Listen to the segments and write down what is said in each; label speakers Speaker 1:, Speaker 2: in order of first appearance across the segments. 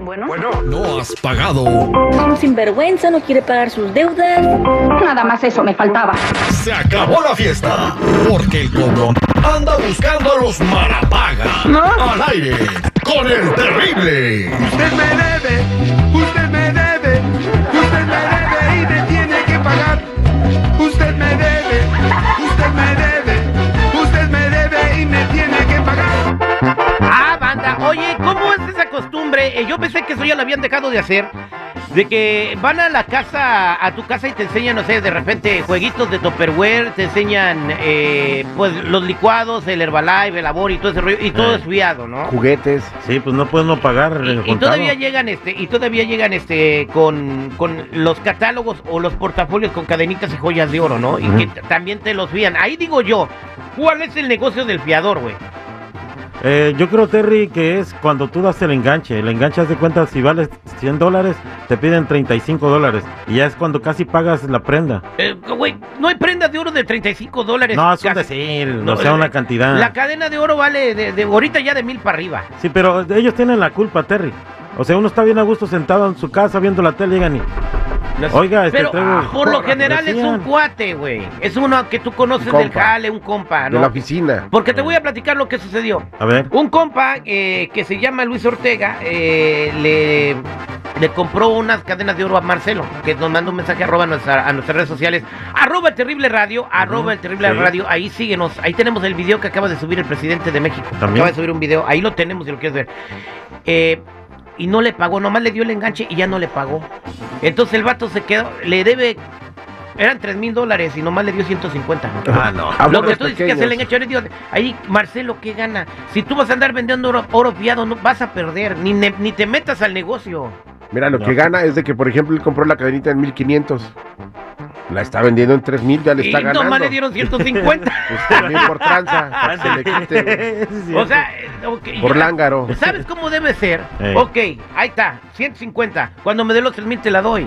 Speaker 1: Bueno.
Speaker 2: No has pagado.
Speaker 3: Un sinvergüenza no quiere pagar sus deudas.
Speaker 1: Nada más eso me faltaba.
Speaker 2: Se acabó la fiesta. Porque el cobrón anda buscando a los marapagas. Al aire. Con el terrible.
Speaker 4: Usted me debe, usted me debe, usted me debe y me tiene que pagar. Usted me debe, usted me debe, usted me debe y me tiene que pagar.
Speaker 5: Ah, banda, oye, ¿cómo es esa costumbre? Eh, yo pensé que eso ya lo habían dejado de hacer. De que van a la casa, a tu casa y te enseñan, no sé, de repente jueguitos de Topperware, te enseñan eh, pues los licuados, el Herbalife, el Labor y todo ese rollo, y todo
Speaker 6: Eh.
Speaker 5: es fiado, ¿no?
Speaker 7: Juguetes.
Speaker 6: Sí, pues no puedes no pagar. el
Speaker 5: Y, y
Speaker 6: contado.
Speaker 5: todavía llegan este, y todavía llegan este con, con los catálogos o los portafolios con cadenitas y joyas de oro, ¿no? Y que t- también te los fían. Ahí digo yo, ¿cuál es el negocio del fiador, güey?
Speaker 6: Eh, yo creo, Terry, que es cuando tú das el enganche. El enganche, haz de cuenta, si vales 100 dólares, te piden 35 dólares. Y ya es cuando casi pagas la prenda.
Speaker 5: Eh, Güey, no hay prendas de oro de 35 dólares.
Speaker 6: No, es un
Speaker 5: Casi-
Speaker 6: decir,
Speaker 5: No,
Speaker 6: o sea,
Speaker 5: eh,
Speaker 6: una cantidad.
Speaker 5: La cadena de oro vale de, de ahorita ya de mil para arriba.
Speaker 6: Sí, pero ellos tienen la culpa, Terry. O sea, uno está bien a gusto sentado en su casa viendo la tele y llegan y...
Speaker 5: No sé.
Speaker 6: Oiga, este
Speaker 5: Pero
Speaker 6: traigo-
Speaker 5: ah, por lo general es un
Speaker 6: decían.
Speaker 5: cuate, güey. Es uno que tú conoces
Speaker 7: Un
Speaker 5: del
Speaker 7: compa.
Speaker 5: jale, un compa,
Speaker 7: De la
Speaker 5: ¿no?
Speaker 7: oficina.
Speaker 5: Porque
Speaker 6: Mm.
Speaker 5: te voy a platicar lo que sucedió.
Speaker 6: A ver,
Speaker 5: Un compa eh, que se llama Luis Ortega eh, le, le compró unas cadenas de oro a Marcelo, que nos manda un mensaje arroba a, nuestra- a nuestras redes sociales, arroba el terrible radio, arroba el terrible
Speaker 6: sí.
Speaker 5: radio, ahí síguenos, ahí tenemos el video que acaba de subir el presidente de México,
Speaker 6: También.
Speaker 5: acaba de subir un video, ahí lo tenemos si lo quieres ver. Eh, y no le pagó, nomás le dio el enganche y ya no le pagó. Entonces el vato se quedó, le debe, eran 3 mil dólares y nomás le dio 150.
Speaker 6: Ah, no.
Speaker 5: Lo que
Speaker 7: Ahorros
Speaker 5: tú dices que
Speaker 7: pequeños.
Speaker 5: hacen enganche, ahorita digo, ahí Marcelo, ¿qué gana? Si tú vas a andar vendiendo oro, oro fiado, no vas a perder, ni, ne- ni te metas al negocio.
Speaker 7: Mira, lo
Speaker 6: No.
Speaker 7: que gana es de que, por ejemplo, él compró la cadenita en 1500. La está vendiendo en 3000, ya le
Speaker 5: Y
Speaker 7: está ganando.
Speaker 5: nomás le dieron 150.
Speaker 7: Pues también por tranza, para que se le quite. güey.
Speaker 5: o sea, eh, ok,
Speaker 7: Por
Speaker 5: ya.
Speaker 7: lángaro.
Speaker 5: ¿Sabes cómo debe ser?
Speaker 6: Ey.
Speaker 5: Ok, ahí está, 150. Cuando me dé los 3000 te la doy.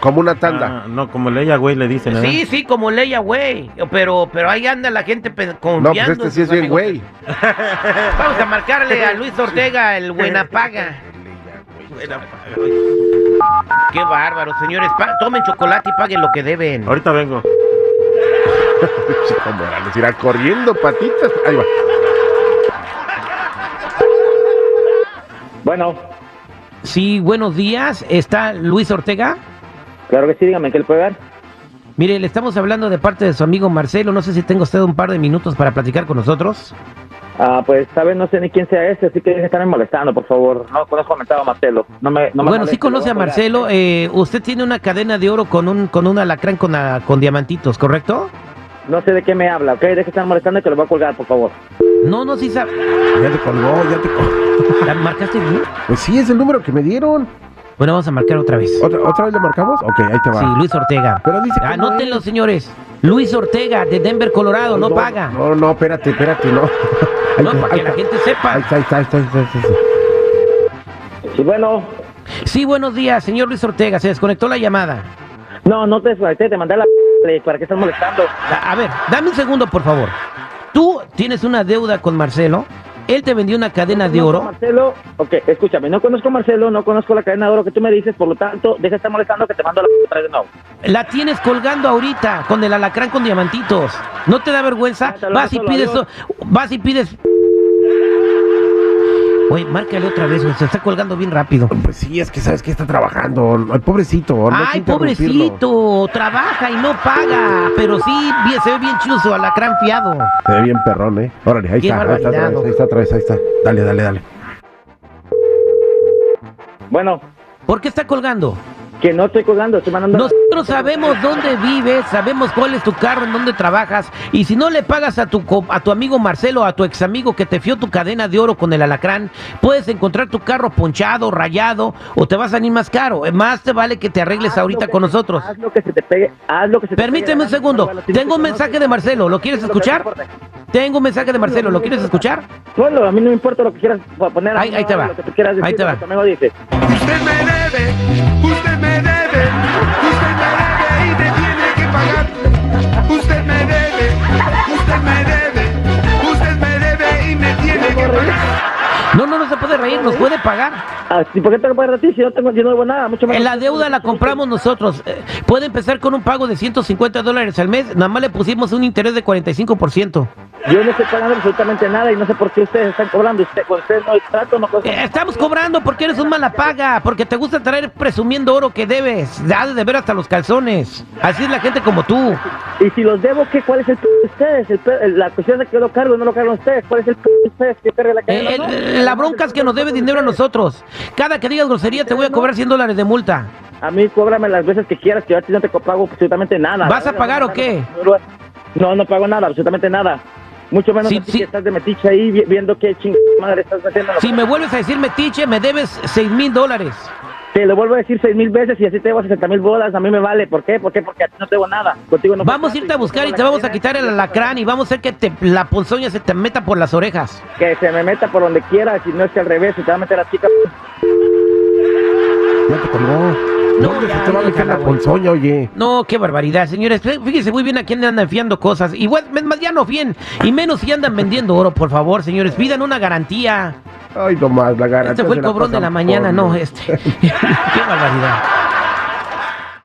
Speaker 7: Como una tanda.
Speaker 6: Ah, no, como leía, güey, le dicen. ¿eh?
Speaker 5: Sí, sí, como ley, ah, güey. Pero, pero ahí anda la gente pe- confiando.
Speaker 7: no, pues este
Speaker 5: en
Speaker 7: sí es
Speaker 5: sus
Speaker 7: bien,
Speaker 5: amigos.
Speaker 7: güey.
Speaker 5: Vamos a marcarle a Luis Ortega el Buenapaga. Qué bárbaro, señores. Pa- tomen chocolate y paguen lo que deben.
Speaker 6: Ahorita vengo.
Speaker 7: Chico Morales irá "Ah, corriendo patitas. Ahí va.
Speaker 8: Bueno,
Speaker 5: Sí, buenos días. ¿Está Luis Ortega?
Speaker 8: claro que sí, dígame ¿en qué le puede dar.
Speaker 5: Mire, le estamos hablando de parte de su amigo Marcelo. No sé si tenga usted un par de minutos para platicar con nosotros.
Speaker 8: Ah, pues sabes, no sé ni quién sea ese, así que deje de estarme molestando, por favor. No conozco a Mercado Marcelo. No me, no me
Speaker 5: bueno, sí
Speaker 8: moleste,
Speaker 5: conoce
Speaker 8: lo
Speaker 5: a
Speaker 8: voy colgar.
Speaker 5: Marcelo. eh, usted tiene una cadena de oro con un, con un alacrán con, a- con diamantitos, ¿correcto?
Speaker 8: No sé de qué me habla, ¿ok? Deje de estar molestando que lo voy a colgar, por favor.
Speaker 5: No, no, sí sabe.
Speaker 7: Ya te colgó, ya te colgó.
Speaker 5: ¿La marcaste bien?
Speaker 7: Pues sí, es el número que me dieron.
Speaker 5: Bueno, vamos a marcar otra vez.
Speaker 7: ¿Otra, otra vez le marcamos? Ok, ahí te va.
Speaker 5: Sí, Luis Ortega.
Speaker 7: Pero dice que no
Speaker 5: Anótenlo,
Speaker 7: es.
Speaker 5: señores. Luis Ortega, de Denver, Colorado. No, paga. No,
Speaker 7: No, no, espérate, espérate, no. Ahí está,
Speaker 5: para
Speaker 7: ahí
Speaker 5: que la
Speaker 7: está.
Speaker 5: gente
Speaker 7: Ahí
Speaker 5: sepa.
Speaker 7: está, ahí está, ahí está, ahí está, ahí está.
Speaker 8: Y bueno,
Speaker 5: Sí, buenos días, señor Luis Ortega. Se desconectó la llamada.
Speaker 8: no, no te desconecté, te mandé a la p- para qué estás molestando.
Speaker 5: A a ver, dame un segundo, por favor. Tú tienes una deuda con Marcelo. Él te vendió una cadena de
Speaker 8: No conozco a
Speaker 5: oro.
Speaker 8: Marcelo, ok, escúchame, no conozco a Marcelo, no conozco la cadena de oro que tú me dices, por lo tanto, deja de estar molestando que te mando a la p- otra vez de nuevo.
Speaker 5: La tienes colgando ahorita con el alacrán con diamantitos. ¿No te da vergüenza?
Speaker 8: Ya, te lo
Speaker 5: Vas y
Speaker 8: resuelvo,
Speaker 5: pides.
Speaker 8: adiós.
Speaker 5: Vas y pides. Oye, márcale otra vez, güey, se está colgando bien rápido.
Speaker 7: Pues sí, es que sabes que está trabajando. Ay, pobrecito. no hay que
Speaker 5: Ay,
Speaker 7: interrumpirlo.
Speaker 5: pobrecito, trabaja y no paga. Pero sí, bien- se ve bien chuzo, alacrán fiado.
Speaker 7: Se ve bien perrón, ¿eh? Órale, ahí
Speaker 5: Qué
Speaker 7: está, ahí está, otra
Speaker 5: barbaridad,
Speaker 7: vez,
Speaker 5: ¿no?
Speaker 7: ahí está otra vez, ahí está. Dale, dale, dale.
Speaker 8: Bueno,
Speaker 5: ¿Por qué está colgando?
Speaker 8: que no estoy colgando, estoy mandando a la
Speaker 5: Nosotros sabemos dónde vives, sabemos cuál es tu carro, en dónde trabajas, y si no le pagas a tu, co- a tu amigo Marcelo, a tu ex amigo que te fió tu cadena de oro con el alacrán, puedes encontrar tu carro ponchado, rayado, o te va a salir más caro. Eh, Más te vale que te arregles
Speaker 8: Haz lo
Speaker 5: ahorita
Speaker 8: que
Speaker 5: con
Speaker 8: se-
Speaker 5: nosotros.
Speaker 8: Haz lo que se te pegue, haz lo que se te
Speaker 5: Permíteme
Speaker 8: pegue.
Speaker 5: un segundo,
Speaker 8: Bueno, si
Speaker 5: tengo
Speaker 8: no te
Speaker 5: un
Speaker 8: conoces,
Speaker 5: mensaje de Marcelo, ¿lo quieres
Speaker 8: haz lo que te
Speaker 5: escuchar?
Speaker 8: importe.
Speaker 5: Tengo un mensaje de Marcelo, ¿lo quieres escuchar?
Speaker 8: Solo, a mí no me importa lo que quieras poner. a
Speaker 5: Ahí-
Speaker 8: mí
Speaker 5: ahí
Speaker 8: no
Speaker 5: te va.
Speaker 8: vale Lo que tú quieras decir,
Speaker 5: Ahí te
Speaker 8: lo
Speaker 5: va.
Speaker 8: que tu amigo dice.
Speaker 4: Usted me debe, usted me debe, usted me debe y me tiene que pagar. Usted me debe, usted me debe, usted me debe y me tiene que pagar.
Speaker 5: No, no, no se puede reír, nos puede pagar.
Speaker 8: Ah, ¿y ¿Por qué tengo que pagar a ti si no tengo, si no debo nada? Mucho menos.
Speaker 5: Eh, La deuda la compramos nosotros. Eh, Puede empezar con un pago de 150 dólares al mes, nada más le pusimos un interés de 45%.
Speaker 8: Yo no estoy pagando absolutamente nada y no sé por qué ustedes están cobrando. Usted, con ustedes no hay trato, no cosa.
Speaker 5: Eh, Estamos cobrando porque eres un mala paga, porque te gusta traer presumiendo oro que debes. Has de ver hasta los calzones. Así es la gente como tú.
Speaker 8: Y si los debo, ¿qué? ¿cuál es el p de ustedes? El p- el- la cuestión de que yo lo cargo, no lo cargo ustedes. ¿Cuál es el p de ustedes? ¿Que yo cargue la cadena?
Speaker 5: Eh,
Speaker 8: No,
Speaker 5: el- la bronca es que nos debe dinero a nosotros. Cada que digas grosería te voy a cobrar 100 dólares de multa.
Speaker 8: A mí cóbrame las veces que quieras, que yo a ti no te co- pago absolutamente nada.
Speaker 5: ¿Vas a
Speaker 8: No,
Speaker 5: pagar
Speaker 8: no,
Speaker 5: o
Speaker 8: no,
Speaker 5: qué?
Speaker 8: No, no pago nada, absolutamente nada. Mucho menos
Speaker 5: Sí,
Speaker 8: a ti
Speaker 5: sí.
Speaker 8: que estás de metiche ahí vi- viendo qué chingada madre estás metiendo.
Speaker 5: Si me vuelves a decir metiche, me debes 6 mil dólares.
Speaker 8: Te lo vuelvo a decir seis mil veces y así te debo 60 mil bolas. A mí me vale. ¿Por qué? ¿Por qué? Porque a ti no te debo nada. Contigo no
Speaker 5: Vamos a
Speaker 8: contrato
Speaker 5: irte a buscar y
Speaker 8: contigo
Speaker 5: te
Speaker 8: la
Speaker 5: vamos a
Speaker 8: cadena,
Speaker 5: quitar el alacrán y vamos a hacer que te- la ponzoña se te meta por las orejas.
Speaker 8: Que se me meta por donde quiera, si no es que al revés, se te va a meter la chica.
Speaker 7: Ya te colgó. ¿Dónde
Speaker 5: ya,
Speaker 7: se te va a
Speaker 5: ya, ya,
Speaker 7: meter la
Speaker 5: güey.
Speaker 7: ponzoña, oye?
Speaker 5: No, qué barbaridad, señores. Fí- Fíjense muy bien a quién le andan fiando cosas. Y bueno, es más, ya no fíen. Y menos si andan vendiendo oro, por favor, señores. Pidan una garantía.
Speaker 7: Ay, nomás, la garantía.
Speaker 5: Este fue
Speaker 7: se
Speaker 5: el cobrón de
Speaker 7: pasan
Speaker 5: la mañana,
Speaker 7: por-
Speaker 5: no, este. qué barbaridad.